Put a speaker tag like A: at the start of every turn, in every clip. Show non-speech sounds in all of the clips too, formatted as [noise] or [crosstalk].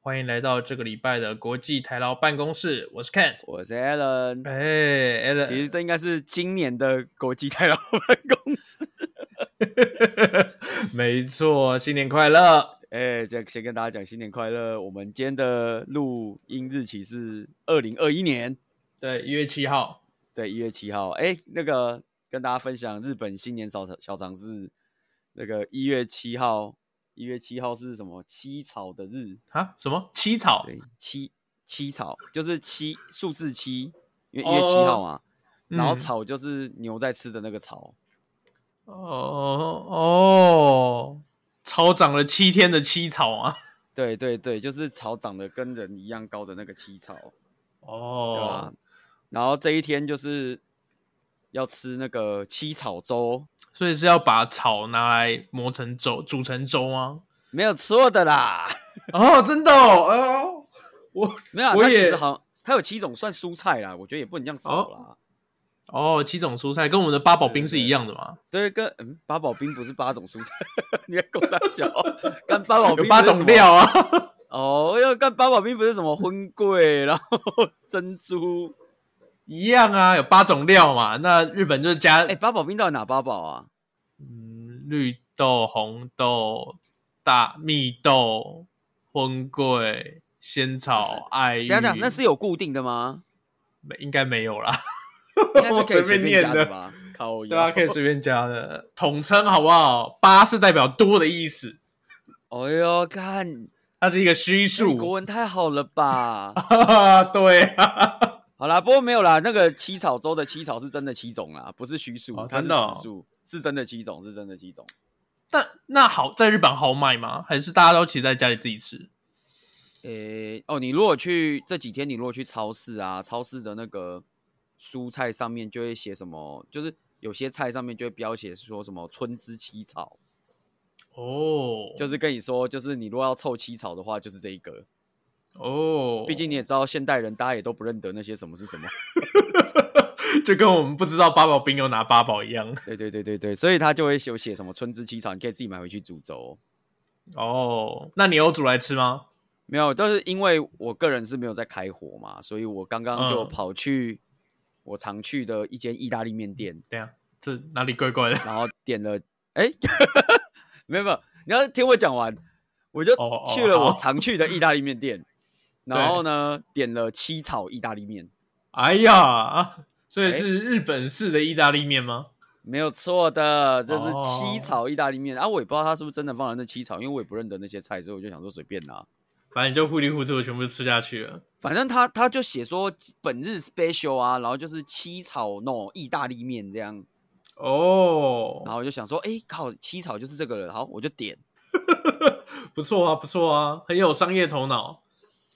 A: 欢迎来到这个礼拜的国际台劳办公室，我是 Kent。
B: 我是 Alan。
A: 哎 a l
B: [laughs] 其实这应该是今年的国际太老板公司。 [laughs]
A: 没错，新年快乐！
B: 哎、这先跟大家讲新年快乐。我们今天的录音日期是二零二一年，
A: 对，一月七号，
B: 对，一月七号。哎、那个跟大家分享日本新年小小尝试，那个一月七号，一月七号是什么？七草的日，
A: 啊，什么七草？
B: 对，七七草就是七数字七，因为一月七号嘛。然后
A: 嗯
B: 草就是牛在吃的那个草，
A: 哦哦，草长了七天的七草啊！
B: 对对对，就是草长得跟人一样高的那个七草。对啊吧
A: 哦，？
B: 然后这一天就是要吃那个七草粥，
A: 所以是要把草拿来磨成粥，煮成粥吗？
B: 没有错的啦，
A: 哦，真的哦，哦我
B: 没有啊，
A: 我
B: 它其
A: 也
B: 实好，它有七种算蔬菜啦，我觉得也不能这样找啦。
A: 哦，七种蔬菜跟我们的八宝冰
B: 对对
A: 是一样的吗？
B: 对，跟嗯八宝冰不是八种蔬菜， [laughs] 你在狗大小，跟哦八宝冰
A: 有八
B: 不是
A: 种
B: 什么
A: 料啊！ [laughs]
B: 哦，要跟八宝冰不是什么荤桂，然后 [laughs] 珍珠，
A: 一样啊，有八种料嘛。那日本就是加、
B: 哎、八宝冰到底哪八宝啊？
A: 嗯绿豆、红豆、大蜜豆、荤桂、仙
B: 是
A: 草、艾玉
B: 等一。下等一下，那是有固定的吗？
A: 没应该没有啦，
B: [laughs]
A: [laughs]
B: 应该是可
A: 随
B: 以随
A: 便
B: 便
A: 念
B: 加
A: 的
B: 吧？烤
A: 对啊，
B: 鸭
A: 可以随便加的，统称好不好？八是代表多的意思，
B: [laughs] 哎呦，看
A: 它是一个虚
B: 你国
A: 数。
B: 文太好了吧？
A: [laughs] 对啊，
B: 好啦，不过没有啦，那个七草粥的七草是真的七种啦，不是虚数
A: 哦，
B: 它是
A: 真的哦
B: 实数，是真的七种，是真的七种。
A: 但那好，在日本好买吗？还是大家都其实在家里自己吃？
B: 诶、哦，你如果去这几天，你如果去超市啊，超市的那个蔬菜上面就会写什么，就是有些菜上面就会标写说什么春之七草，
A: 哦，
B: 就是跟你说，就是你如果要凑七草的话，就是这一个。
A: 哦，
B: 毕竟你也知道，现代人大家也都不认得那些什么是什么。
A: 就跟我们不知道八宝冰有哪八宝一样。
B: 对对对对对，所以他就会有写什么春之七草，你可以自己买回去煮粥哦、
A: 哦，那你有煮来吃吗？
B: 没有，就是因为我个人是没有在开火嘛，所以我刚刚就
A: 嗯
B: 跑去我常去的一间意大利面店，
A: 等一下，这哪里怪怪的？
B: 然后点了，哎、 [laughs] 没有没有，你要听我讲完，我就
A: 哦哦
B: 去了我
A: 好
B: 常去的意大利
A: [laughs]
B: 面店，
A: 对
B: 然后呢点了七草意大利面，
A: 哎呀，所以
B: 哎
A: 是日本式的意大利面吗？
B: 没有错的，就是七
A: 哦
B: 草意大利面、啊，我也不知道它是不是真的放了那七草，因为我也不认得那些菜，所以我就想说随便拿。
A: 反正你就糊里糊涂地全部吃下去了。
B: 反正他他就写说本日 special 啊，然后就是七草 no 意大利面这样，然
A: 哦，
B: 后我就想说，哎、靠，七草就是这个了，好，我就点。
A: 不错啊，不错啊，很有商业头脑。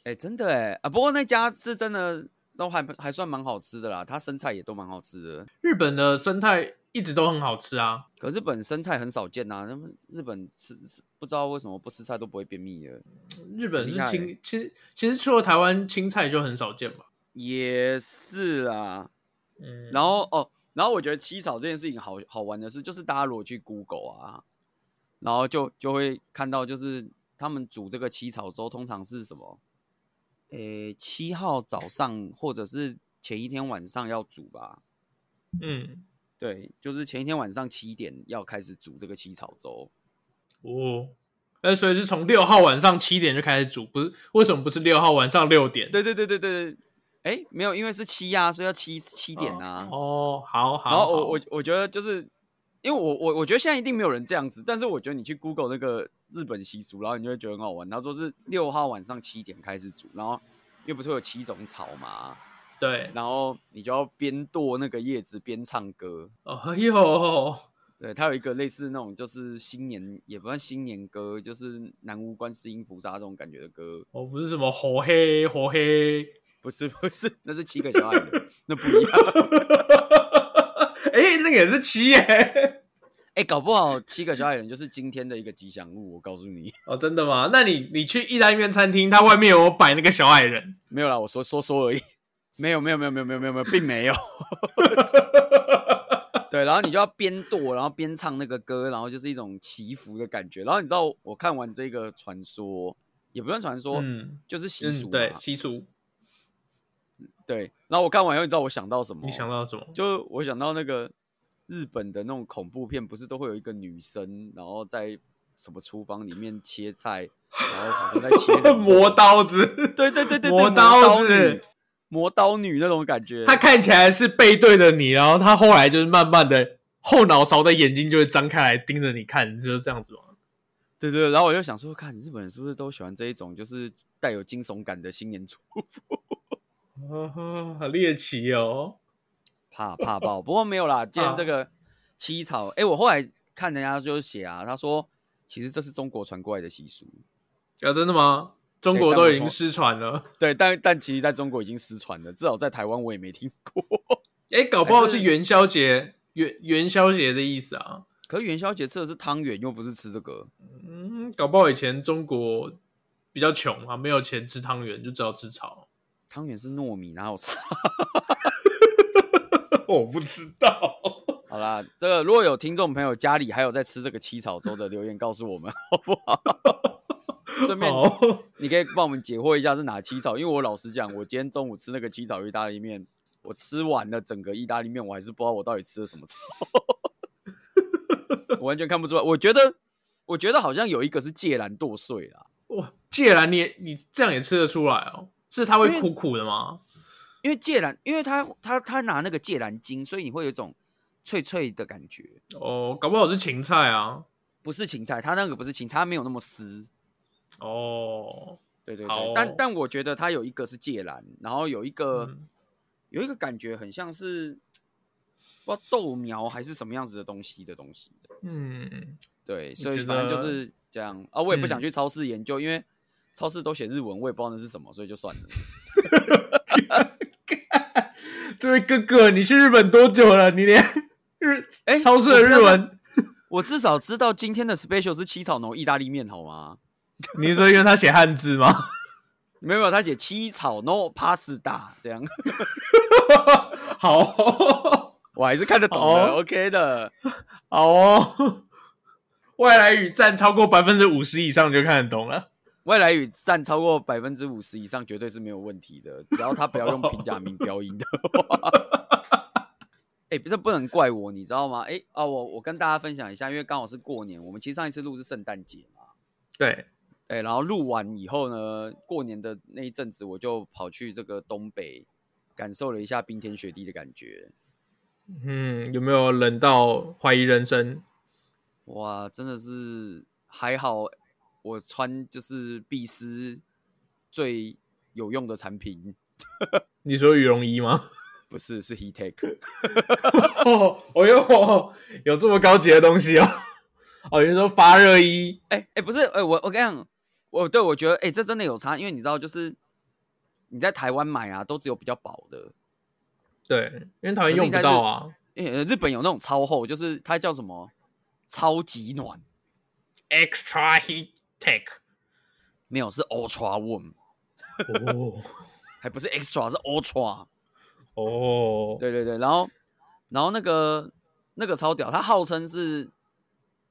B: 哎、真的哎、啊，不过那家是真的都还还算蛮好吃的啦，它生菜也都蛮好吃的。
A: 日本的生态一直都很好吃啊。
B: 可日本生菜很少见呐、那么日本吃吃不知道为什么不吃菜都不会便秘的，
A: 日本是
B: 很厉害
A: 青，其实其实除了台湾青菜就很少见吧。
B: 也是啊。
A: 嗯，
B: 然后哦，然后我觉得七草这件事情好好玩的是，就是大家如果去 Google 啊，然后就就会看到，就是他们煮这个七草粥通常是什么？诶，七号早上或者是前一天晚上要煮吧？
A: 嗯，
B: 对，就是前一天晚上七点要开始煮这个七草粥。
A: 哦，哎，所以是从六号晚上七点就开始煮，不是？为什么不是六号晚上六点？
B: 对对对对对，诶，没有，因为是七呀、所以要七七点啊。
A: 哦，好好。
B: 然后
A: 好
B: 我我我觉得就是，因为我我我觉得现在一定没有人这样子，但是我觉得你去 Google 那个日本习俗，然后你就会觉得很好玩。他说是六号晚上七点开始煮，然后又不是会有七种草嘛，
A: 对，
B: 然后你就要边剁那个叶子边唱歌。
A: 哎呦，
B: 对，它有一个类似那种就是新年也不算新年歌，就是南无观世音菩萨这种感觉的歌。
A: 我哦不是什么火黑火黑， [laughs]
B: 不是不是，那是七个小矮人，那不一样。
A: 哎、那个也是七耶。
B: [laughs]
A: [laughs]
B: 哎、搞不好七个小矮人就是今天的一个吉祥物，我告诉你。
A: 哦，真的吗？那你你去意大利面餐厅，它外面有摆那个小矮人，
B: 没有啦，我说说说而已。 [laughs] 没有没有没有没有没有没有没有，并没有。 [laughs] 对，然后你就要边剁，然后边唱那个歌，然后就是一种祈福的感觉。然后你知道，我看完这个传说，也不算传说，
A: 嗯
B: 就是习俗
A: 嗯，
B: 嘛。
A: 对，习俗。
B: 对然后我看完以后，你知道我想到什么？
A: 你想到什么？ [laughs]
B: 就我想到那个日本的那种恐怖片，不是都会有一个女生，然后在什么厨房里面切菜，然后好像在切
A: [laughs]
B: 人
A: 磨，刀子，
B: 对对对对对，
A: 磨
B: 磨
A: 刀
B: 刀
A: 子
B: 女，磨刀女那种感觉。
A: 他看起来是背对着你，然后他后来就是慢慢的后脑勺的眼睛就会张开来盯着你看，就是这样子吗？
B: 对对，然后我就想说，看日本人是不是都喜欢这一种就是带有惊悚感的新年主
A: 哦，好猎奇哦！
B: 怕怕爆。不过没有啦，今天这个七草，哎、我后来看人家就是写啊，他说其实这是中国传过来的习俗，
A: 啊，真的吗？中国
B: 诶但
A: 都
B: 我
A: 已经
B: 从
A: 失传了，
B: 对，但但其实在中国已经失传了，至少在台湾我也没听过。 [laughs]
A: 哎、搞不好
B: 还
A: 是
B: 是
A: 元宵节，元元宵节的意思啊。
B: 可是元宵节吃的是汤圆，又不是吃这个。
A: 嗯，搞不好以前中国比较穷啊，没有钱吃汤圆，就只好吃草。
B: 汤圆是糯米，哪有差？
A: [laughs]
B: [laughs]
A: 我不知道，
B: 好啦，这个如果有听众朋友家里还有在吃这个七草粥的，留言告诉我们好不好？ [laughs] 顺
A: [laughs]
B: 便
A: [laughs] 好，
B: 你可以帮我们解惑一下是哪七草，因为我老实讲，我今天中午吃那个七草意大利面，我吃完了整个意大利面，我还是不知道我到底吃了什么草， [laughs] 我完全看不出来。我觉得，我觉得好像有一个是芥蓝剁碎啦，
A: 哇，芥兰你也你这样也吃得出来哦？是它
B: 因
A: 会
B: 为
A: 苦苦的吗？
B: 因为芥蓝，因为他他他拿那个芥蓝精，所以你会有一种脆脆的感觉。
A: 哦，搞不好是芹菜啊。
B: 不是芹菜，它那个不是芹菜，它没有那么丝。
A: 哦，
B: 对对
A: 好
B: 对，
A: 哦
B: 但但我觉得它有一个是芥蓝，然后有一个、
A: 嗯
B: 有一个感觉很像是不知道豆苗还是什么样子的东西的东西的。
A: 嗯，
B: 对，
A: 你
B: 所以
A: 觉
B: 反正就
A: 得
B: 是这样啊。我也不想
A: 嗯
B: 去超市研究，因为超市都写日文，我也不知道那是什么，所以就算了。
A: 这位哥哥，你去日本多久了？你连日
B: 哎
A: 超市的
B: 我不
A: 日
B: 知道
A: 文，
B: 我至少知道今天的 special 是七草浓意大利面，好吗？
A: 你是说因为他写汉字吗？
B: 没有，没有，他写七草 no pasta 这样，
A: [laughs]
B: [laughs]
A: [laughs] 好哦
B: 我还是看得懂的、
A: 好
B: o k 的。
A: 好哦，外来语占超过百分之五十以上就看得懂了。
B: 外来语占超过百分之五十以上，绝对是没有问题的，只要他不要用平假名标音的话。哎、这不能怪我，你知道吗？哎、啊，我我跟大家分享一下，因为刚好是过年，我们其实上一次录是圣诞节嘛，
A: 对，
B: 对，然后录完以后呢，过年的那一阵子，我就跑去这个东北，感受了一下冰天雪地的感觉，
A: 嗯，有没有冷到怀疑人生？
B: 哇，真的是还好，我穿就是必思最有用的产品，
A: 你说羽绒衣
B: [laughs]
A: 吗？ [laughs]
B: 不是是 HeTech。
A: 哦，哦哟，有这么高级的东西哦！ [laughs] 哦，你说发热衣？
B: 哎、哎、不是，哎、我我跟你讲，我对我觉得，哎、这真的有差，因为你知道，就是你在台湾买啊，都只有比较薄的，
A: 对，因为台湾
B: 可是
A: 用
B: 应
A: 不
B: 该是
A: 到啊。
B: 因为呃日本有那种超厚，就是它叫什么超级暖，
A: Extra Heat Tech。
B: 没有是 Ultra Warm，
A: 哦
B: 还不是 Extra 是 Ultra，
A: 哦，
B: 对对对，然后然后那个那个超屌，它号称是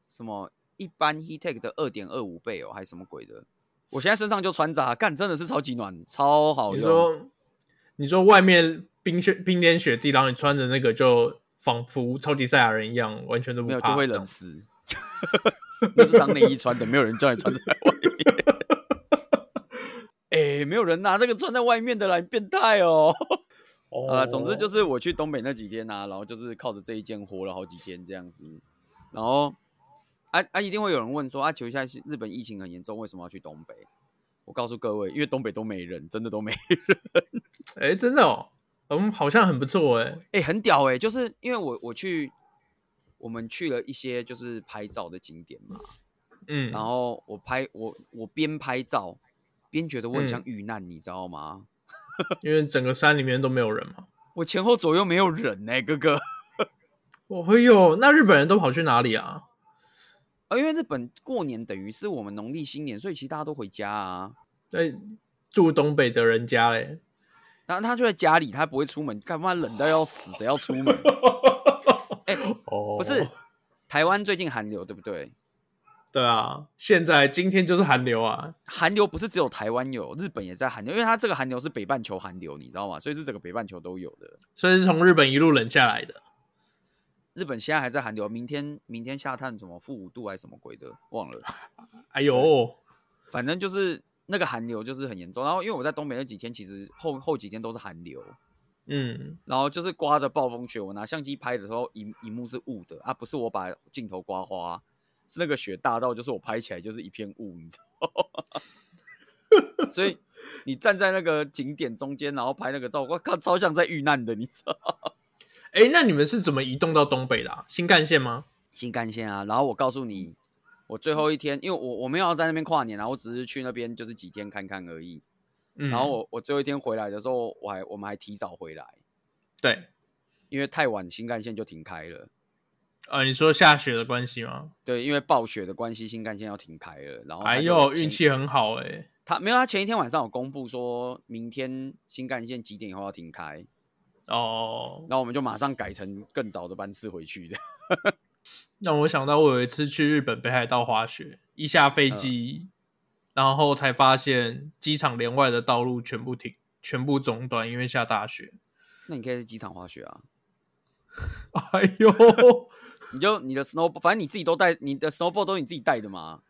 B: 什么一般 HeTech 的二点二五倍哦，还是什么鬼的。我现在身上就穿着啊，干真的是超级暖，超好用。
A: 你说你说外面冰雪冰天雪地，然后你穿着那个就仿佛超级赛亚人一样，完全都不
B: 没有
A: 怕
B: 就会
A: 这样
B: 冷死。 [laughs] 那是当内衣穿的，没有人叫你穿在外面。
A: [laughs]
B: 哎、没有人拿这个穿在外面的啦，你变态哦！
A: 哦
B: 啊，总之就是我去东北那几天啊，然后就是靠着这一件活了好几天这样子。然后啊啊，一定会有人问说啊，求一下日本疫情很严重，为什么要去东北？我告诉各位，因为东北都没人，真的都没
A: 哎，真的哦，嗯，好像很不错哎。
B: 哎、很屌哎、就是因为我我去，我们去了一些就是拍照的景点嘛，
A: 嗯，
B: 然后我拍我我边拍照边觉得我很像
A: 嗯
B: 遇难，你知道吗？
A: 因为整个山里面都没有人嘛。
B: 我前后左右没有人呢、哥 [laughs] 哥。
A: 我会有，那日本人都跑去哪里啊？
B: 啊，因为日本过年等于是我们农历新年，所以其实大家都回家啊。
A: 哎，住东北的人家嘞。
B: 然后他就在家里，他不会出门，干嘛冷到要死，谁要出门？ [laughs]
A: 哦，
B: 不是，台湾最近寒流对不对？
A: 对啊，现在今天就是寒流啊，
B: 寒流不是只有台湾有，日本也在寒流，因为它这个寒流是北半球寒流，你知道吗？所以是整个北半球都有的。
A: 所以是从日本一路冷下来的。
B: 日本现在还在寒流，明天明天下探什么负五度还是什么鬼的，忘了。
A: 哎呦，
B: 反正就是那个寒流就是很严重。然后因为我在东北那几天，其实后后几天都是寒流，
A: 嗯，
B: 然后就是刮着暴风雪。我拿相机拍的时候，荧荧幕是雾的啊，不是我把镜头刮花，是那个雪大到就是我拍起来就是一片雾，你知道吗？ [laughs] 所以你站在那个景点中间，然后拍那个照，我靠，超像在遇难的，你 [laughs] 知道吗？
A: 哎，那你们是怎么移动到东北的、啊？新干线吗？
B: 新干线啊，然后我告诉你，我最后一天，因为我我没有要在那边跨年啊，我只是去那边就是几天看看而已。
A: 嗯，
B: 然后我我最后一天回来的时候，我还我们还提早回来，
A: 对，
B: 因为太晚新干线就停开了。
A: 呃，你说下雪的关系吗？
B: 对，因为暴雪的关系，新干线要停开了。然后他
A: 哎
B: 就
A: 呦，
B: 哦前
A: 运，气很好哎、
B: 他没有，他前一天晚上有公布说明天新干线几点以后要停开，
A: 哦，
B: 然后我们就马上改成更早的班次回去的。 [laughs]
A: 让我想到我有一次去日本北海道滑雪，一下飞机，然后才发现机场连外的道路全部停，全部中断，因为下大雪。 [laughs]
B: 那你可以在机场滑雪啊，
A: 哎呦，
B: 你就你的 snow，反正你自己都带，你的 snowboard 都是你自己带的嘛，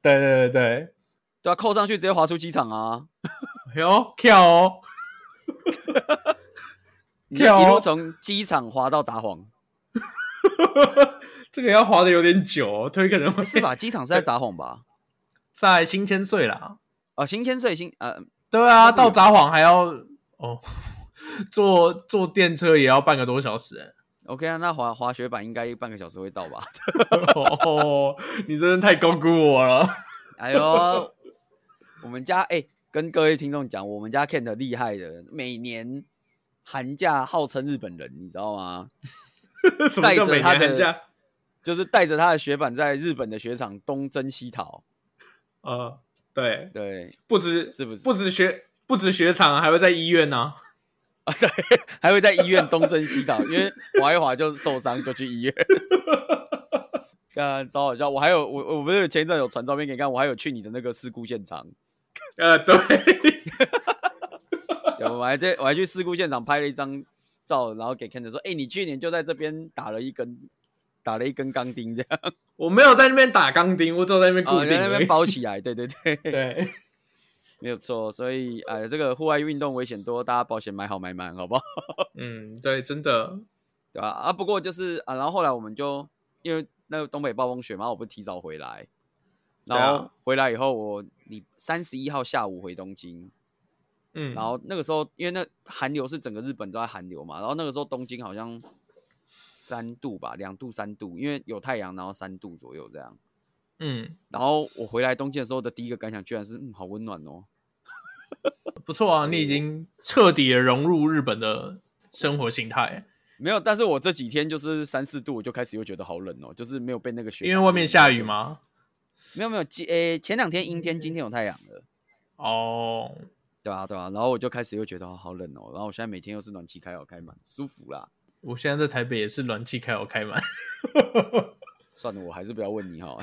A: 对对对对，
B: 对啊，扣上去直接滑出机场啊。
A: 哎呦，跳哦，
B: 你就一
A: 跳
B: 路
A: 哦
B: 从机场滑到札幌， [laughs]
A: 这个要滑的有点久、哦，推可能会
B: 诶是？吧？机场是在札幌吧？
A: [laughs] 在新千岁啦，
B: 哦，新千岁新呃，
A: 对啊，
B: 那么
A: 到
B: 远
A: 札幌还要哦，坐坐电车也要半个多小时、哎
B: OK 啊，那滑滑雪板应该半个小时会到吧？
A: [laughs]
B: [laughs]
A: 哦，你真的太高估我了。 [laughs]
B: 哎呦，我们家哎、跟各位听众讲，我们家 Kent 厉害的，每年寒假号称日本人，你知道吗？
A: 什么叫
B: 带着
A: 每
B: 他
A: 年
B: 的
A: 寒假？
B: [laughs] 就是带着他的雪板在日本的雪场东征西讨，
A: 呃，对，
B: 对，
A: 不止
B: 是不是
A: 不止学不止雪场，还会在医院呢、 [laughs]
B: 还会在医院东征西讨，因为滑一滑就受伤，就去
A: [laughs]
B: 医院。看，超好笑！我还有我我不是有前一阵有传照片给你看，我还有去你的那个事故现场，
A: 呃，对， [laughs]
B: [laughs] 对我还在我还去事故现场拍了一张照，然后给 Ken 说：“哎、你去年就在这边打了一根打了一根钢钉，这样
A: 我没有在那边打钢钉，我只有在那边固
B: 哦，你
A: 定
B: 在那
A: 而
B: 边
A: 已。
B: 包起来，对对对， [laughs]
A: 对，
B: 没有错。所以哎，这个户外运动危险多，大家保险买好买满，好不好？ [laughs]
A: 嗯，对，真的，
B: 对吧、啊？不过就是啊，然后后来我们就因为那个东北暴风雪嘛，我不是提早回来，
A: 对
B: 然
A: 啊
B: 后回来以后我你三十一号下午回东京，
A: 嗯，
B: 然后那个时候，因为那寒流是整个日本都在寒流嘛，然后那个时候东京好像三度吧，两度三度，因为有太阳，然后三度左右这样。
A: 嗯，
B: 然后我回来东京的时候的第一个感想，居然是嗯，好温暖哦。
A: 不错啊，你已经彻底的融入日本的生活形态，
B: 没有，但是我这几天就是三四度，我就开始又觉得好冷哦，就是没有被那个雪。
A: 因为外面下雨？嘛。
B: 没有没有，今诶、前两天阴天，今天有太阳了。
A: 哦，
B: 对啊对啊，然后我就开始又觉得、哦、好冷哦，然后我现在每天又是暖气开好开满，舒服啦。
A: 我现在在台北也是暖气开好开满。 [laughs]
B: 算了，我还是不要问你哈。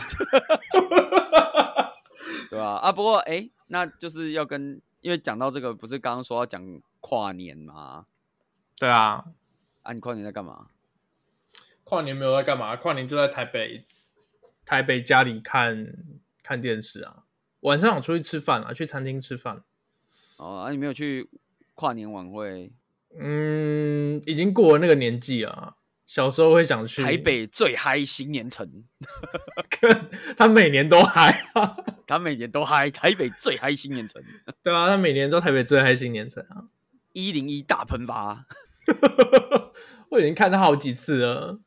B: 对啊，啊，不过哎、诶那就是要跟，因为讲到这个，不是刚刚说要讲跨年吗？
A: 对啊，
B: 啊，你跨年在干嘛？
A: 跨年没有在干嘛？跨年就在台北，台北家里看看电视啊。晚上我出去吃饭啊，去餐厅吃饭。
B: 哦，啊，你没有去跨年晚会？
A: 嗯，已经过了那个年纪了啊。小时候会想去
B: 台，北最嗨新年城，
A: 看他每年都嗨啊。
B: 他每年都嗨，台北最嗨新年城，
A: 对啊，他每年都台北最嗨新年城啊。 [laughs]
B: 一零一大喷发。
A: 我已经看他好几次了，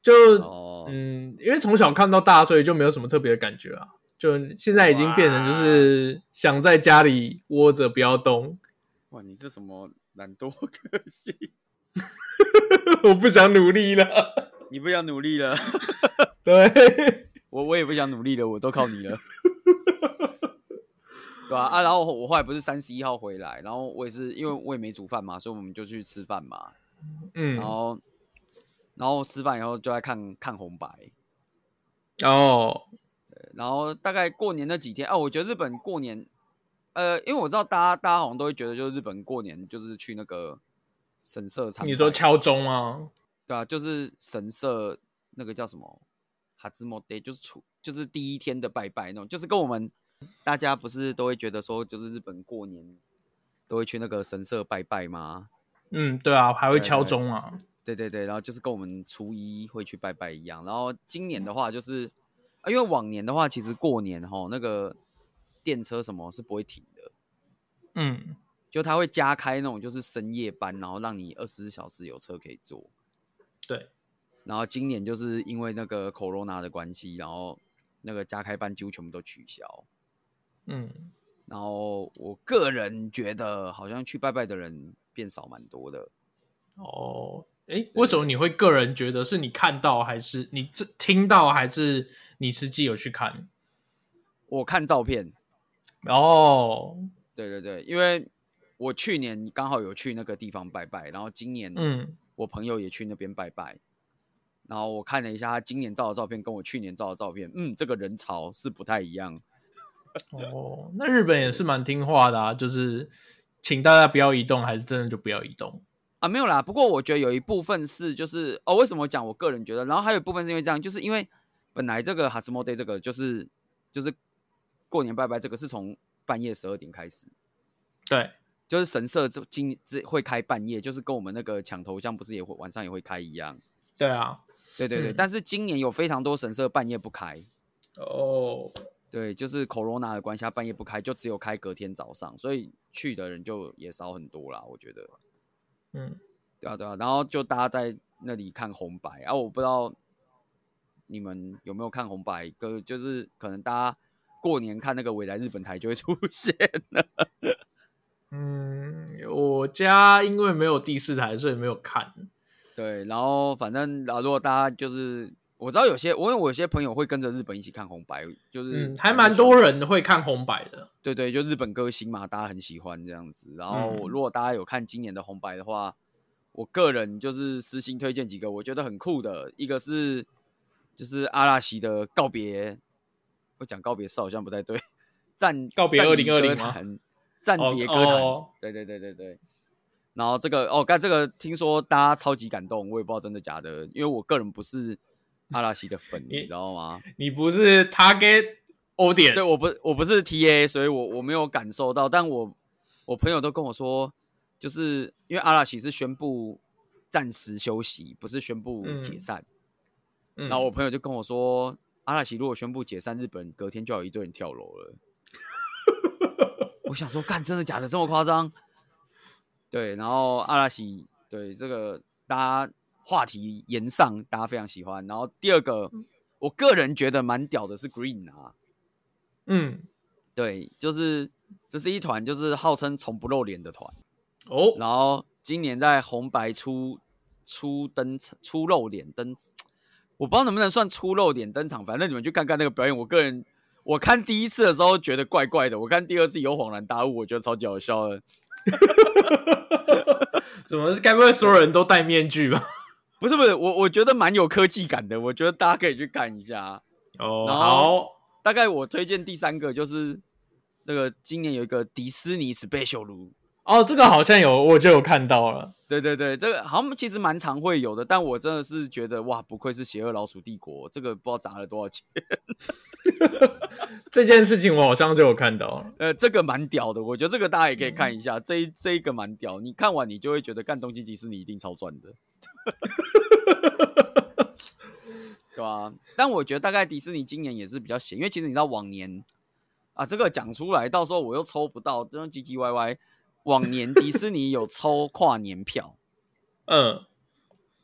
A: 就、
B: 哦，
A: 嗯，因为从小看到大，所以就没有什么特别的感觉啊。就现在已经变成就是想在家里窝着不要动， [laughs]
B: 哇，你这什么懒惰 [laughs] 个性？
A: 我不想努力了。
B: 你不想努力了，
A: 对，
B: 我我也不想努力了，我都靠你
A: [laughs]
B: 了。对啊，啊，然后我后来不是三十一号回来，然后我也是因为我也没煮饭嘛，所以我们就去吃饭嘛，
A: 嗯
B: 然，后然后吃饭以后就在看看红白，
A: 哦，
B: 呃然后大概过年那几天啊，我觉得日本过年，呃，因为我知道大家大家好像都会觉得，就是日本过年就是去那个神社参拜，
A: 你说敲钟吗？
B: 对啊，就是神社那个叫什么哈兹莫 day，就是初就是第一天的拜拜那种，就是跟我们大家不是都会觉得说，就是日本过年都会去那个神社拜拜吗？
A: 嗯，对啊，还会
B: 对
A: 敲
B: 对
A: 钟啊。
B: 对对对，然后就是跟我们初一会去拜拜一样。然后今年的话，就是啊，因为往年的话，其实过年吼那个电车什么是不会停的，
A: 嗯，
B: 就它会加开那种就是深夜班，然后让你二十四小时有车可以坐。
A: 对，
B: 然后今年就是因为那个 corona 的关系，然后那个加开班几乎全部都取消。
A: 嗯，
B: 然后我个人觉得，好像去拜拜的人变少蛮多的。
A: 哦，诶，为什么你会个人觉得是你看到还是你这听到还是你实际有去看？
B: 我看照片，
A: 哦，
B: 对对对，因为我去年刚好有去那个地方拜拜，然后今年
A: 嗯，
B: 我朋友也去那边拜拜，然后我看了一下他今年照的照片跟我去年照的照片，嗯，这个人潮是不太一样。
A: 哦，那日本也是蛮听话的啊，就是请大家不要移动，还是真的就不要移动。
B: 啊，没有啦。不过我觉得有一部分是就是哦，为什么讲？我个人觉得，然后还有一部分是因为这样，就是因为本来这个 h a s m o Day 这个就是就是过年拜拜这个是从半夜十二点开始，
A: 对，
B: 就是神社这今这会开半夜，就是跟我们那个抢头香不是也会晚上也会开一样。
A: 对啊，
B: 对对对，
A: 嗯
B: 但是今年有非常多神社半夜不开，
A: 哦，
B: 对，就是 corona 的关系，它半夜不开，就只有开隔天早上，所以去的人就也少很多啦，我觉得。
A: 嗯，
B: 对啊，对啊，然后就大家在那里看红白啊，我不知道你们有没有看红白，哥就是可能大家过年看那个未来日本台就会出现了。 [laughs]
A: 嗯，我家因为没有第四台，所以没有看。
B: 对，然后反正啊，如果大家就是我知道有些，我有我有些朋友会跟着日本一起看红白，就是
A: 嗯，还蛮多
B: 人。
A: 人会看红白的。
B: 对对，就日本歌星嘛，大家很喜欢这样子。然后
A: 嗯
B: 如果大家有看今年的红白的话，我个人就是私心推荐几个我觉得很酷的，一个是就是阿拉西的告别，我讲告别式好像不太对，暂
A: 告别
B: 暂离
A: 2020
B: 歌
A: 吗
B: 坛，暂
A: 哦
B: 别歌坛，
A: 哦
B: 对对对对对。然后这个哦，干这个听说大家超级感动，我也不知道真的假的，因为我个人不是阿拉西的粉，
A: [laughs] 你
B: 你知道吗？
A: 你不是 target audience？
B: 对我不我不是 TA，所以我我没有感受到，但我我朋友都跟我说，就是因为阿拉奇是宣布暂时休息，不是宣布解散。
A: 嗯
B: 然后我朋友就跟我说，阿拉奇如果宣布解散，日本隔天就有一堆人跳楼了。我想说，干真的假的这么夸张？对，然后阿拉奇对这个大家话题延上，大家非常喜欢。然后第二个，我个人觉得蛮屌的是 Green 啊。
A: 嗯，
B: 对，就是这是一团就是号称从不露脸的团，
A: 哦，
B: 然后今年在红白出出登场出露脸登，我不知道能不能算出露脸登场，反正你们去看看那个表演。我个人我看第一次的时候觉得怪怪的，我看第二次有恍然大悟，我觉得超级好笑的。
A: 怎么是？该不会所有人都戴面具吧？
B: 不是不是，我我觉得蛮有科技感的，我觉得大家可以去看一下。
A: 哦，
B: 然后
A: 好，
B: 大概我推荐第三个就是那个今年有一个迪士尼 Special 卢。
A: 哦，这个好像有，我就有看到了。
B: 对对对，这个好像其实蛮常会有的，但我真的是觉得哇，不愧是邪恶老鼠帝国，这个不知道砸了多少钱。
A: 这件事情我好像就有看到了。
B: 呃，这个蛮屌的，我觉得这个大家也可以看一下，这一这一个蛮屌，你看完你就会觉得干东京迪士尼一定超赚的， [laughs] 对吧、但我觉得大概迪士尼今年也是比较闲，因为其实你知道往年啊，这个讲出来到时候我又抽不到，真的唧唧歪歪。往年迪士尼有抽跨年票，
A: 嗯，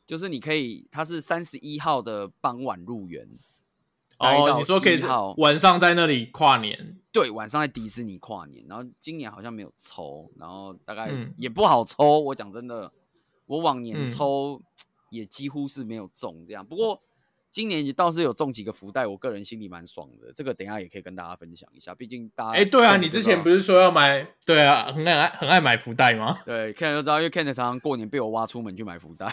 B: 就是你可以，它是三十一号的傍晚入园。待
A: 哦，
B: 到
A: 你说可以
B: 1号
A: 晚上在那里跨年，
B: 对，晚上在迪士尼跨年，然后今年好像没有抽，然后大概
A: 嗯
B: 也不好抽。我讲真的，我往年
A: 嗯
B: 抽也几乎是没有中这样，不过今年倒是有中几个福袋，我个人心里蛮爽的。这个等一下也可以跟大家分享一下，毕竟大家
A: 哎、对啊，
B: 看了
A: 你
B: 就
A: 之
B: 知道
A: 前不是说要买？对啊，很爱很爱买福袋 [laughs] 吗？
B: 对看了就知道，因为 Ken 常常过年被我挖出门去买福袋。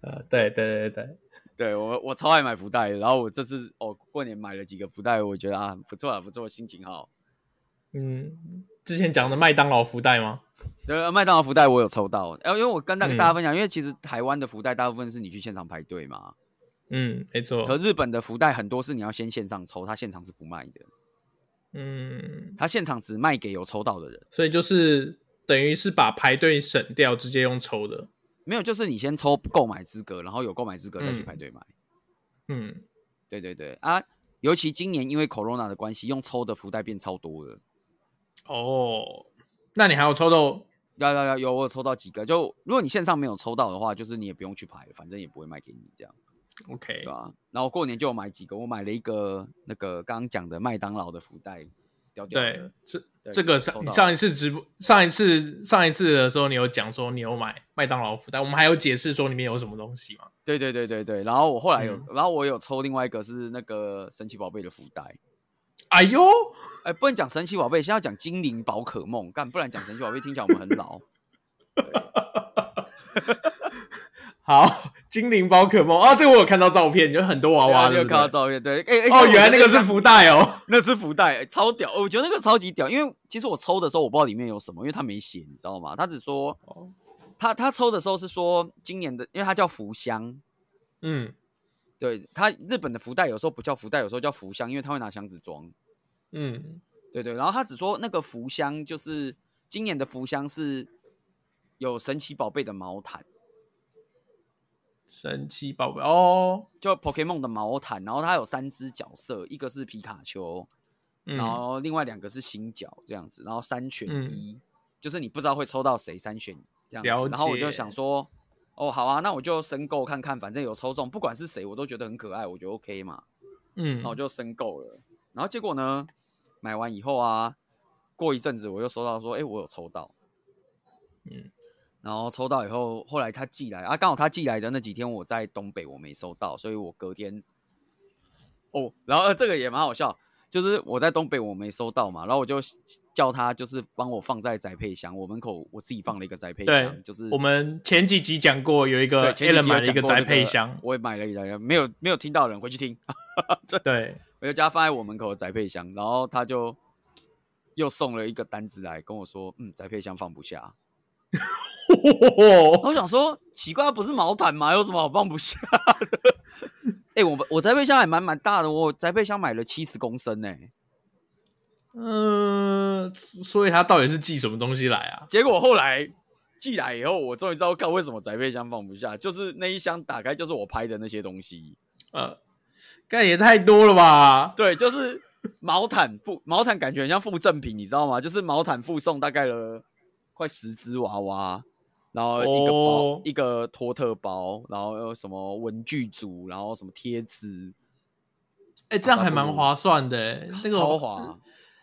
A: 呃，对对对对，
B: 对我我超爱买福袋的，然后我这次哦过年买了几个福袋，我觉得啊不错啊不错，心情好。
A: 嗯，之前讲的麦当劳福袋吗？
B: 对，呃麦当劳福袋我有抽到，呃，因为我跟那个
A: 嗯
B: 大家分享，因为其实台湾的福袋大部分是你去现场排队嘛，
A: 嗯，没
B: 可
A: 错。
B: 日本的福袋很多是你要先线上抽，他现场是不卖的，
A: 嗯，
B: 他现场只卖给有抽到的人。
A: 所以就是等于是把排队省掉，直接用抽的。
B: 没有，就是你先抽购买资格，然后有购买资格再去
A: 嗯
B: 排队买。
A: 嗯，
B: 对对对啊，尤其今年因为 Corona 的关系，用抽的福袋变超多了。
A: 哦，那你还有抽到？
B: 要要要有，我有抽到几个。就如果你线上没有抽到的话，就是你也不用去排了，反正也不会卖给你这样，
A: OK，
B: 对吧、然后过年就有买几个，我买了一个那个刚刚讲的麦当劳的福袋，屌屌
A: 对
B: 的，，
A: 这
B: 对
A: 这个
B: 抽
A: 上
B: 到
A: 你上一次直播，上一次上一次的时候，你有讲说你有买麦当劳福袋，我们还有解释说里面有什么东西嘛？
B: 对对对对对。然后我后来有，
A: 嗯
B: 然后我有抽另外一个是那个神奇宝贝的福袋。
A: 哎呦，
B: 哎，不能讲神奇宝贝，现在要讲精灵宝可梦，干不然讲神奇宝贝听起来我们很
A: [laughs]
B: 老。
A: 好，精灵宝可梦啊，这个我有看到照片，有很多娃娃，
B: 你
A: 啊对
B: 有
A: 不
B: 看到
A: 对？
B: 照片？对，哎、哎
A: 哦，原来那个
B: 我觉
A: 是
B: 得
A: 福袋哦。
B: 那是福袋、哎超屌、我觉得那个超级屌，因为其实我抽的时候我不知道里面有什么，因为他没写，你知道吗？他只说
A: 哦
B: 他他抽的时候是说今年的，因为它叫福箱，
A: 嗯
B: 对，它日本的福袋有时候不叫福袋，有时候叫福箱，因为他会拿箱子装，
A: 嗯
B: 对对。然后他只说那个福箱就是今年的福箱是有神奇宝贝的毛毯，
A: 神奇宝贝哦，
B: 就 Pokemon 的毛毯，然后它有三只角色，一个是皮卡丘，
A: 嗯
B: 然后另外两个是新角这样子，然后三选
A: 嗯
B: 一，就是你不知道会抽到谁，三选一这样
A: 了
B: 子。然后我就
A: 解
B: 想说，哦，好啊，那我就申购看看，反正有抽中，不管是谁，我都觉得很可爱，我觉得 OK 嘛，
A: 嗯
B: 然后我就申购了。然后结果呢，买完以后啊，过一阵子我又收到说，哎，我有抽到，
A: 嗯，
B: 然后抽到以后，后来他寄来啊，刚好他寄来的那几天我在东北，我没收到，所以我隔天，哦，然后、呃、这个也蛮好笑，就是我在东北我没收到嘛，然后我就叫他就是帮我放在宅配箱，我门口我自己放了一个宅配箱，
A: 对
B: 就是
A: 我们前几集讲过有一
B: 对
A: 个
B: 前几
A: Alan
B: 集有
A: 买了一
B: 讲
A: 个
B: 过
A: 宅
B: 这
A: 配
B: 个
A: 箱，
B: 我也买了一个，没有没有听到的人回去听， [laughs]
A: 对，
B: 我就叫他放在我门口的宅配箱，然后他就又送了一个单子来跟我说，嗯，宅配箱放不下，
A: 哦
B: 然后我想说，奇怪，不是毛毯吗？有什么好放不下的？ [laughs] 哎、我我宅配箱还蛮蛮大的，我宅配箱买了七十公升呢、
A: 嗯、所以他到底是寄什么东西来啊？
B: 结果后来寄来以后，我终于知道看为什么宅配箱放不下，就是那一箱打开就是我拍的那些东西。
A: 呃，干也太多了吧？
B: 对，就是毛毯附毛毯，感觉很像附赠品，你知道吗？就是毛毯附送大概了快十只娃娃，然后一个包、
A: 哦
B: 一个托特包，然后有什么文具组，然后什么贴纸，
A: 哎、这样还蛮划算的、欸。那个
B: 超滑。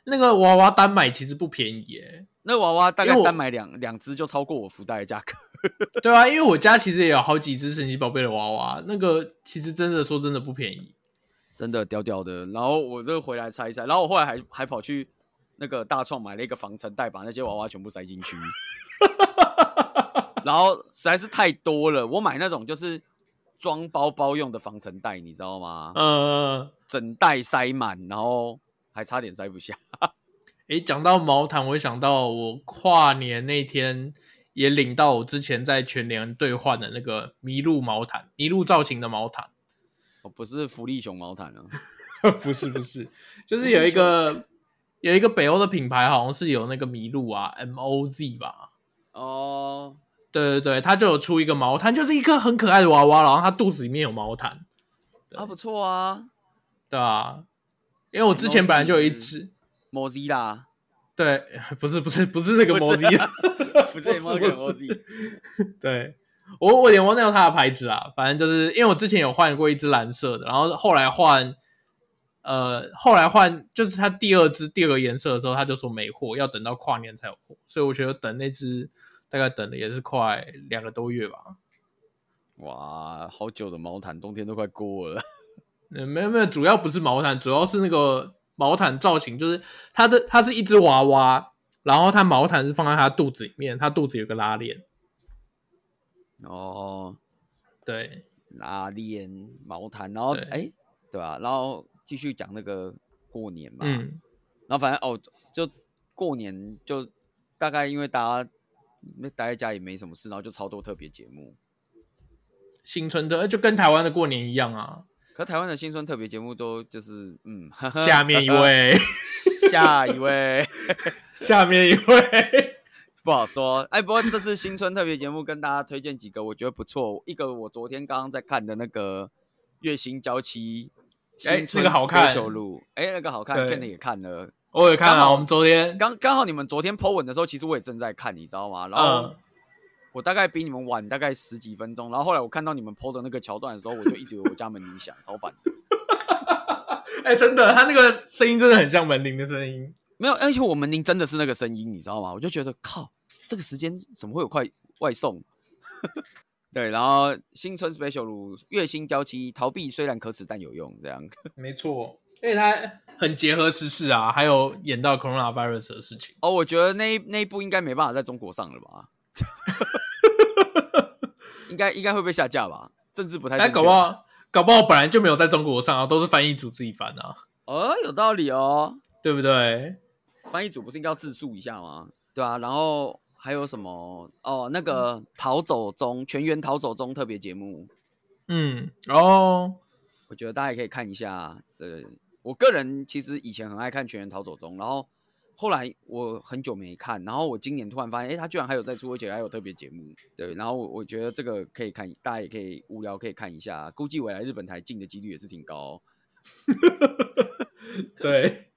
A: 那个娃娃单买其实不便宜欸耶、
B: 那娃娃大
A: 因
B: 概
A: 为我
B: 单买两两只就超过我福袋的价格。
A: 对啊，因为我家其实也有好几只神奇宝贝的娃娃，那个其实真的说真的不便宜。
B: 真的屌屌的。然后我这回来拆一拆，然后我后来还还跑去那个大创买了一个防尘袋，把那些娃娃全部塞进 [laughs] 去。然后实在是太多了，我买那种就是装包包用的防尘袋，你知道吗？
A: 呃，
B: 整袋塞满，然后还差点塞不下。 [laughs]
A: 诶，讲到毛毯，我想到我跨年那天也领到我之前在全联兑换的那个麋鹿毛毯，麋鹿造型的毛毯。 [laughs]
B: 我哦不是福利熊毛毯啊，
A: 不是不是，就是有一个有一个北欧的品牌，好像是有那个麋鹿啊，M O Z 吧。
B: 哦，
A: 对对对，它就有出一个毛毯，就是一个很可爱的娃娃，然后它肚子里面有毛毯，
B: 啊不错啊
A: 对啊，因为我之前本来就有一只，
B: ，Mozilla，
A: 对，不是不是不是那个
B: 不
A: MO
B: 是
A: Z，
B: 不
A: [laughs]
B: 是 Mozilla，
A: 对我我有点忘掉它的牌子啦，反正就是因为我之前有换过一只蓝色的，然后后来换，呃，后来换就是它第二只第二个颜色的时候，他就说没货，要等到跨年才有货，所以我觉得等那只大概等了也是快两个多月吧。
B: 哇，好久的毛毯，冬天都快过了。
A: 嗯，没有没有，主要不是毛毯，主要是那个毛毯造型，就是它的它是一只娃娃，然后它毛毯是放在它肚子里面，它肚子有个拉链，
B: 哦，
A: 对，
B: 拉链、毛毯，然后
A: 对
B: 哎，对吧、然后继续讲那个过年嘛，
A: 嗯，
B: 然后反正哦，就过年就大概因为大家那待在家也没什么事，然后就超多特别节目。
A: 新春的就跟台湾的过年一样啊。
B: 可台湾的新春特别节目都就是嗯， [laughs]
A: 下面一位，
B: 下一位
A: [laughs]
B: [laughs]
A: 下面一位，
B: 不好说。哎，不过这次新春特别节目跟大家推荐几个我觉得不错，一个我昨天刚刚在看的那个《月薪娇妻》。
A: 哎那个好看
B: 修路，哎、那个好看
A: 对
B: ，Ken 也看了。
A: [laughs] 我也看
B: 刚
A: 了，
B: 好
A: 我们昨天，
B: 刚刚好你们昨天 Po 文的时候，其实我也正在看，你知道吗？然后
A: 嗯，
B: 我大概比你们晚大概十几分钟，然后后来我看到你们 PO 的那个桥段的时候，我就一直以为我家门铃响，超烦。
A: 哎，真的，他那个声音真的很像门铃的声音。
B: 没有，而且我门铃真的是那个声音，你知道吗？我就觉得靠，这个时间怎么会有快外送？ [laughs] 对，然后新春 special 如月薪娇妻，逃避虽然可耻但有用，这样
A: [laughs] 没错，因为他很结合时事啊，还有演到 coronavirus 的事情。
B: 哦，我觉得那一那一部应该没办法在中国上了吧？ [laughs] 应该应该会被下架吧？政治不太正
A: 哎，
B: 确
A: 搞不好，搞不好本来就没有在中国上啊，都是翻译组自己翻啊，
B: 哦，有道理哦。
A: 对不对？
B: 翻译组不是应该要自助一下吗？对啊，然后还有什么？哦，那个逃走中全员逃走中特别节目，
A: 嗯，哦，
B: 我觉得大家也可以看一下。啊对，我个人其实以前很爱看全员逃走中，然后后来我很久没看，然后我今年突然发现，哎，他居然还有在出，而且还有特别节目。对，然后我我觉得这个可以看，大家也可以无聊可以看一下。啊估计未来日本台进的几率也是挺高哦、
A: 对，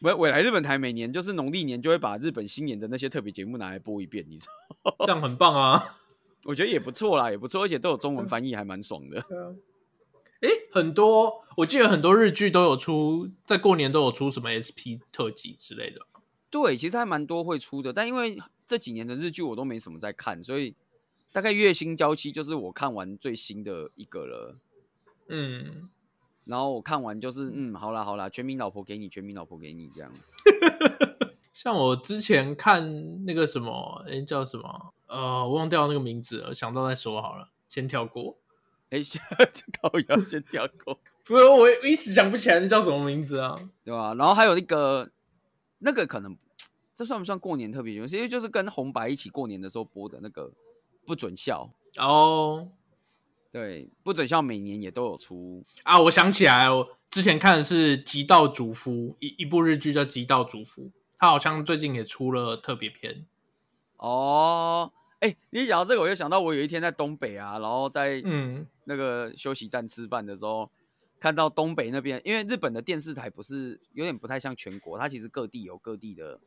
B: 未未来日本台每年就是农历年就会把日本新年的那些特别节目拿来播一遍，你知道吗。
A: 这样很棒啊。
B: 我觉得也不错啦，也不错，而且都有中文翻译，还蛮爽的。
A: 哎，很多，我记得很多日剧都有出，在过年都有出什么 SP 特辑之类的。
B: [laughs] 对，其实还蛮多会出的，但因为这几年的日剧我都没什么在看，所以大概《月薪娇妻》就是我看完最新的一个了。
A: 嗯，
B: 然后我看完就是，嗯，好啦好啦，全民老婆给你，全民老婆给你这样。
A: 像我之前看那个什么，哎，叫什么？呃，我忘掉那个名字了，想到再说好了，先跳过。
B: 哎， [laughs] 先这高要先跳过，
A: 不是，我一时想不起来那叫什么名字啊。
B: 对吧、然后还有一个，那个可能这算不算过年特别节目？其实就是跟红白一起过年的时候播的那个《不准笑》。
A: 哦，
B: 对，《不准笑》每年也都有出，
A: 啊，我想起来了，我之前看的是《极道主夫》，一一部日剧叫《极道主夫》，他好像最近也出了特别篇。
B: 哦，哎、你讲到这个，我就想到我有一天在东北啊，然后在
A: 嗯，
B: 那个休息站吃饭的时候，看到东北那边，因为日本的电视台不是有点不太像全国，它其实各地有各地的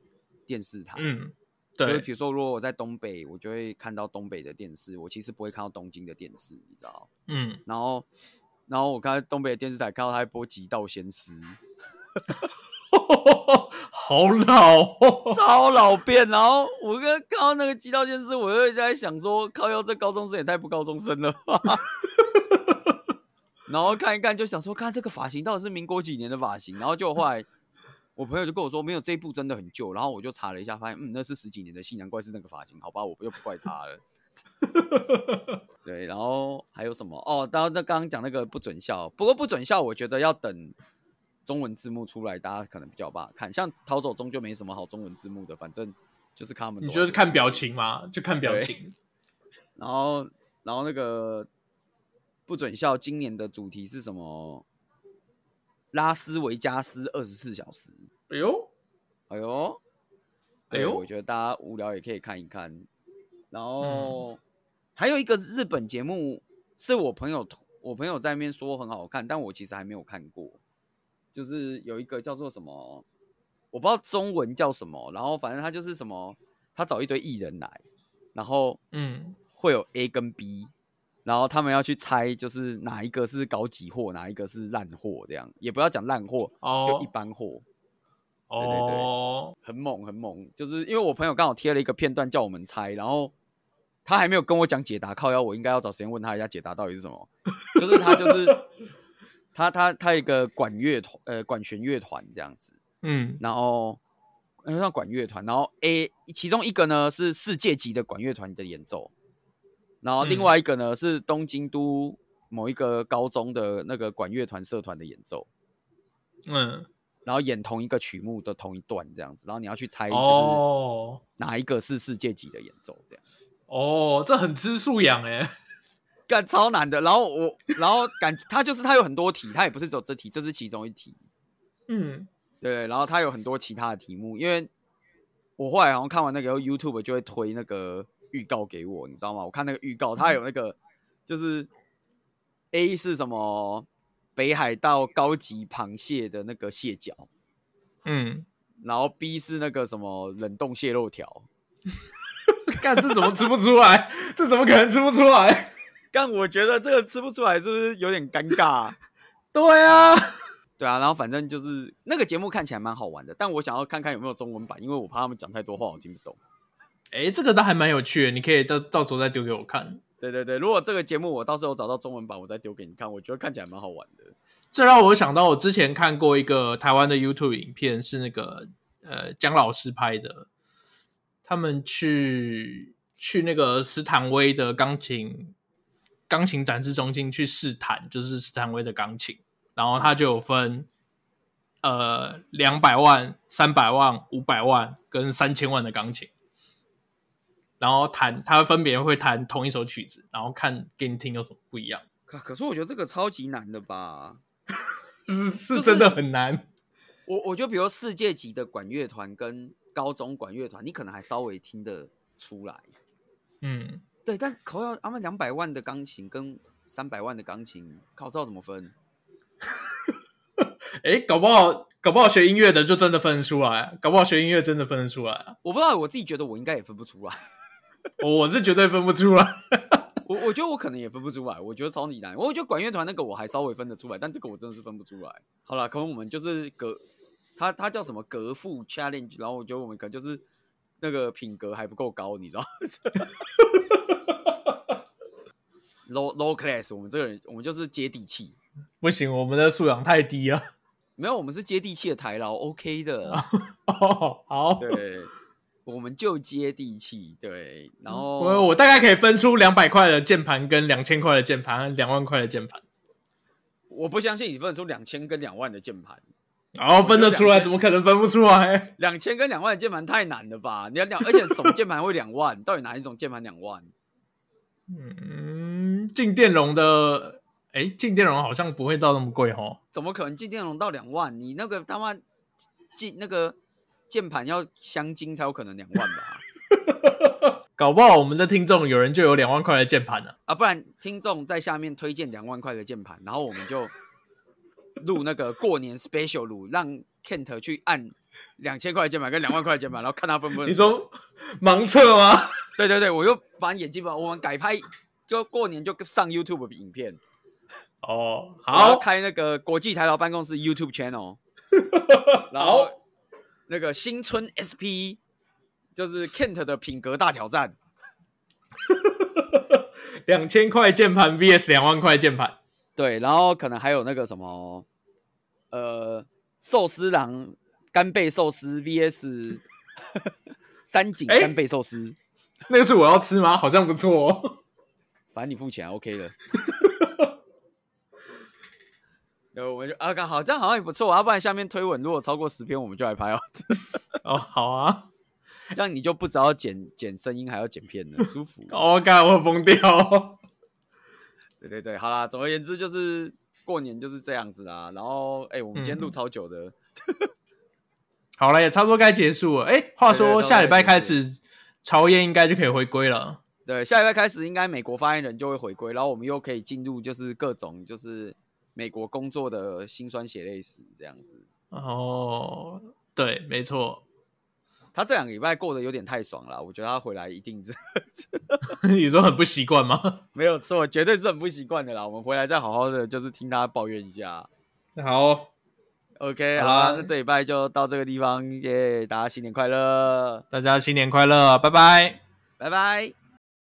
B: 电视台。，
A: 嗯，
B: 就是
A: 对
B: 比，如说，如果我在东北，我就会看到东北的电视，我其实不会看到东京的电视，你知道？
A: 嗯， [laughs]
B: 然后，然后我看到东北的电视台，看到他在播《极道先师》，
A: 好老、 [laughs] 哦，
B: [laughs] 超老变。然后我跟看到那个《极道先师》，我就在想说，靠腰，这高中生也太不高中生了吧。然后看一看，就想说，看这个发型到底是民国几年的发型。然后就后来，我朋友就跟我说，没有这一部真的很旧。然后我就查了一下，发现嗯，那是十几年的戏，难怪是那个发型。好吧，我又不怪他
A: [laughs]
B: 了。对，然后还有什么？哦，然后那刚刚讲那个不准笑，不过不准笑，我觉得要等中文字幕出来，大家可能比较有办法看。像《逃走中》就没什么好中文字幕的，反正就是看他们。
A: 你就是看表。情嘛，就看表情。
B: 然后，然后那个不准笑今年的主题是什么？拉斯维加斯二十四小时。
A: 哎呦，
B: 哎呦，
A: 哎
B: 对
A: 呦
B: 我觉得大家无聊也可以看一看。然后、
A: 嗯
B: 还有一个日本节目是我朋友推，我朋友在那边说很好看，但我其实还没有看过。就是有一个叫做什么，我不知道中文叫什么，然后反正他就是什么，他找一堆艺人来，然后
A: 嗯，
B: 会有 A 跟 B，然后他们要去猜，就是哪一个是高级货，哪一个是烂货，这样也不要讲烂货，就一
A: 哦，
B: 般货。对对
A: 哦，
B: 很猛很猛，就是因为我朋友刚好贴了一个片段叫我们猜，然后他还没有跟我讲解答，靠腰我应该要找时间问他一下解答到底是什么。就是他就是他他他一个管乐团呃管弦乐团这样子，
A: 嗯，
B: 然后呃算管乐团，然后 A 其中一个呢是世界级的管乐团的演奏，然后另
A: 嗯
B: 外一个呢是东京都某一个高中的那个管乐团社团的演奏，
A: 嗯，
B: 然后演同一个曲目的同一段这样子，然后你要去猜就是
A: 哦
B: 哪一个是世界级的演奏这样。
A: 哦，这很吃素养哎、
B: 干超难的，然后我，然后感他就是他有很多题，他也不是只有这题，这是其中一题，
A: 嗯，
B: 对，然后他有很多其他的题目，因为我后来好像看完那个以后 YouTube 就会推那个预告给我，你知道吗？我看那个预告，它有那个就是 A 是什么北海道高级螃蟹的那个蟹脚，
A: 嗯，
B: 然后 B 是那个什么冷冻蟹肉条，
A: [laughs] 干这怎么吃不出来？这怎么可能吃不出来？ [laughs]
B: 但我觉得这个吃不出来是不是有点尴尬啊、
A: 对啊，
B: 对啊，然后反正就是那个节目看起来蛮好玩的，但我想要看看有没有中文版，因为我怕他们讲太多话我听不懂。
A: 哎、这个倒还蛮有趣的，你可以到到时候再丢给我看。
B: 对对对，如果这个节目我到时候找到中文版，我再丢给你看，我觉得看起来蛮好玩的。
A: 这让我想到我之前看过一个台湾的 YouTube 影片，是那个呃姜老师拍的，他们去去那个斯坦威的钢琴钢琴展示中心去试弹，就是斯坦威的钢琴，然后他就有分呃两百万、三百万、五百万跟三千万的钢琴。然后弹，他分别会弹同一首曲子，然后看给你听有什么不一样，
B: 可可是我觉得这个超级难的吧？
A: 是是
B: 就是
A: 真的很难。
B: 我我觉得比如世界级的管乐团跟高中管乐团，你可能还稍微听得出来。
A: 嗯，
B: 对，但考要他们两百万的钢琴跟三百万的钢琴，考知道怎么分？
A: 诶，搞不好，搞不好学音乐的就真的分得出来，啊搞不好学音乐真的分得出来啊，
B: 我不知道，我自己觉得我应该也分不出来。
A: 我我是绝对分不出来。 [laughs]
B: 我我觉得我可能也分不出来，我觉得超级难。我觉得管乐团那个我还稍微分得出来，但这个我真的是分不出来。好了，可能我们就是格，他他叫什么格副 challenge，然后我觉得我们可能就是那个品格还不够高，你知道？low [laughs] low class，我们这个人我们就是接地气，
A: 不行，我们的素养太低了。 [laughs]
B: 没有我们是接地气的台佬，OK 的，
A: 哦，好，
B: 对，我们就接地气，对，然后
A: 我我大概可以分出两百块的键盘跟两千块的键盘，两万块的键盘，
B: 我不相信你分得出两千跟两万的键盘。
A: 然后分得出来，
B: 2000
A: 怎么可能分不出来？
B: 两千跟两万的键盘太难了吧？你要两，而且什么键盘会两万？ [laughs] 到底哪一种键盘两万？
A: 嗯，进电容的，诶，进电容好像不会到那么贵哦。
B: 怎么可能进电容到两万？你那个他妈进那个键盘要镶金才有可能两万吧？
A: 搞不好我们的听众有人就有两万块的键盘了、
B: 啊，不然听众在下面推荐两万块的键盘，然后我们就录那个过年 special 录，让 Kent 去按两千块的键盘跟两万块的键盘，然后看他分不分。
A: 你说盲测吗？
B: 对对对，我又把眼睛吧，我们改拍，就过年就上 YouTube 影片，
A: [laughs] 哦，
B: 然后
A: 好，
B: 开那个国际台劳办公室 YouTube
A: [laughs]
B: channel。然后
A: 好，
B: 那个新春 SP 就是 Kent 的品格大挑战，
A: 两千块键盘 VS 两万块键盘，
B: 对，然后可能还有那个什么，呃，寿司郎干贝寿司 VS [laughs] 三井
A: 哎
B: 干贝寿司，
A: 那个是我要吃吗？好像不错、哦。
B: 反正你付钱啊 OK
A: [laughs]
B: 的。对，我们就啊，好，这样好像也不错啊。不然下面推文如果超过十篇，我们就来拍哦。
A: 哦，好啊，
B: 这样你就不只要剪剪声音，还要剪片了， [laughs] 舒服。
A: 哦，干，我疯掉。
B: 对对对，好啦，总而言之就是过年就是这样子啦。然后，哎、我们今天录
A: 嗯
B: 超久的，
A: 好了，也差不多该结束了。哎，话
B: 对对
A: 说
B: 差不多
A: 下礼拜开
B: 该结
A: 始，朝燕应该就可以回归了。
B: 对，下礼拜开始应该美国发言人就会回归，然后我们又可以进入就是各种就是美国工作的辛酸血泪史这样子。
A: 哦，对，没错， [laughs]
B: 他这两个礼拜过得有点太爽了，我觉得他回来一定是 [laughs]
A: 你说很不习惯吗？
B: 没有错，绝对是很不习惯的啦。我们回来再好好的就是听他抱怨一下。
A: 好，
B: OK，好
A: 好
B: 啦
A: 啦
B: 那这礼拜就到这个地方，耶、大家新年快乐，
A: 大家新年快乐，拜拜。
B: 拜拜。